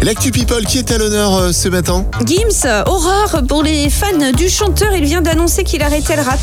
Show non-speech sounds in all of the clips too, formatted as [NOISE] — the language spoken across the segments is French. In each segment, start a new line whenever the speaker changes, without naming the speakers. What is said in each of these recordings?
L'actu people qui est à l'honneur euh, ce matin
Gims, euh, horreur pour les fans du chanteur, il vient d'annoncer qu'il arrêtait le rap.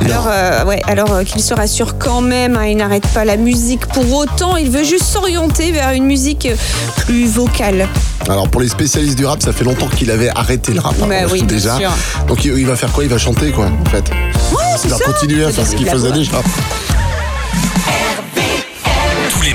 Alors, euh, ouais, alors euh, qu'il se rassure quand même, hein, il n'arrête pas la musique pour autant, il veut juste s'orienter vers une musique euh, plus vocale.
Alors pour les spécialistes du rap, ça fait longtemps qu'il avait arrêté le rap. hein,
Bah oui, bien
[LAUGHS] déjà.
sûr.
Donc il il va faire quoi Il va chanter quoi en fait.
c'est
il va
ça,
continuer à
c'est
faire ce
de
qu'il
la
faisait
voix.
déjà.
Tous les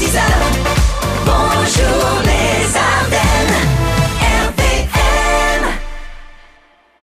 10h, bonjour les Ardennes.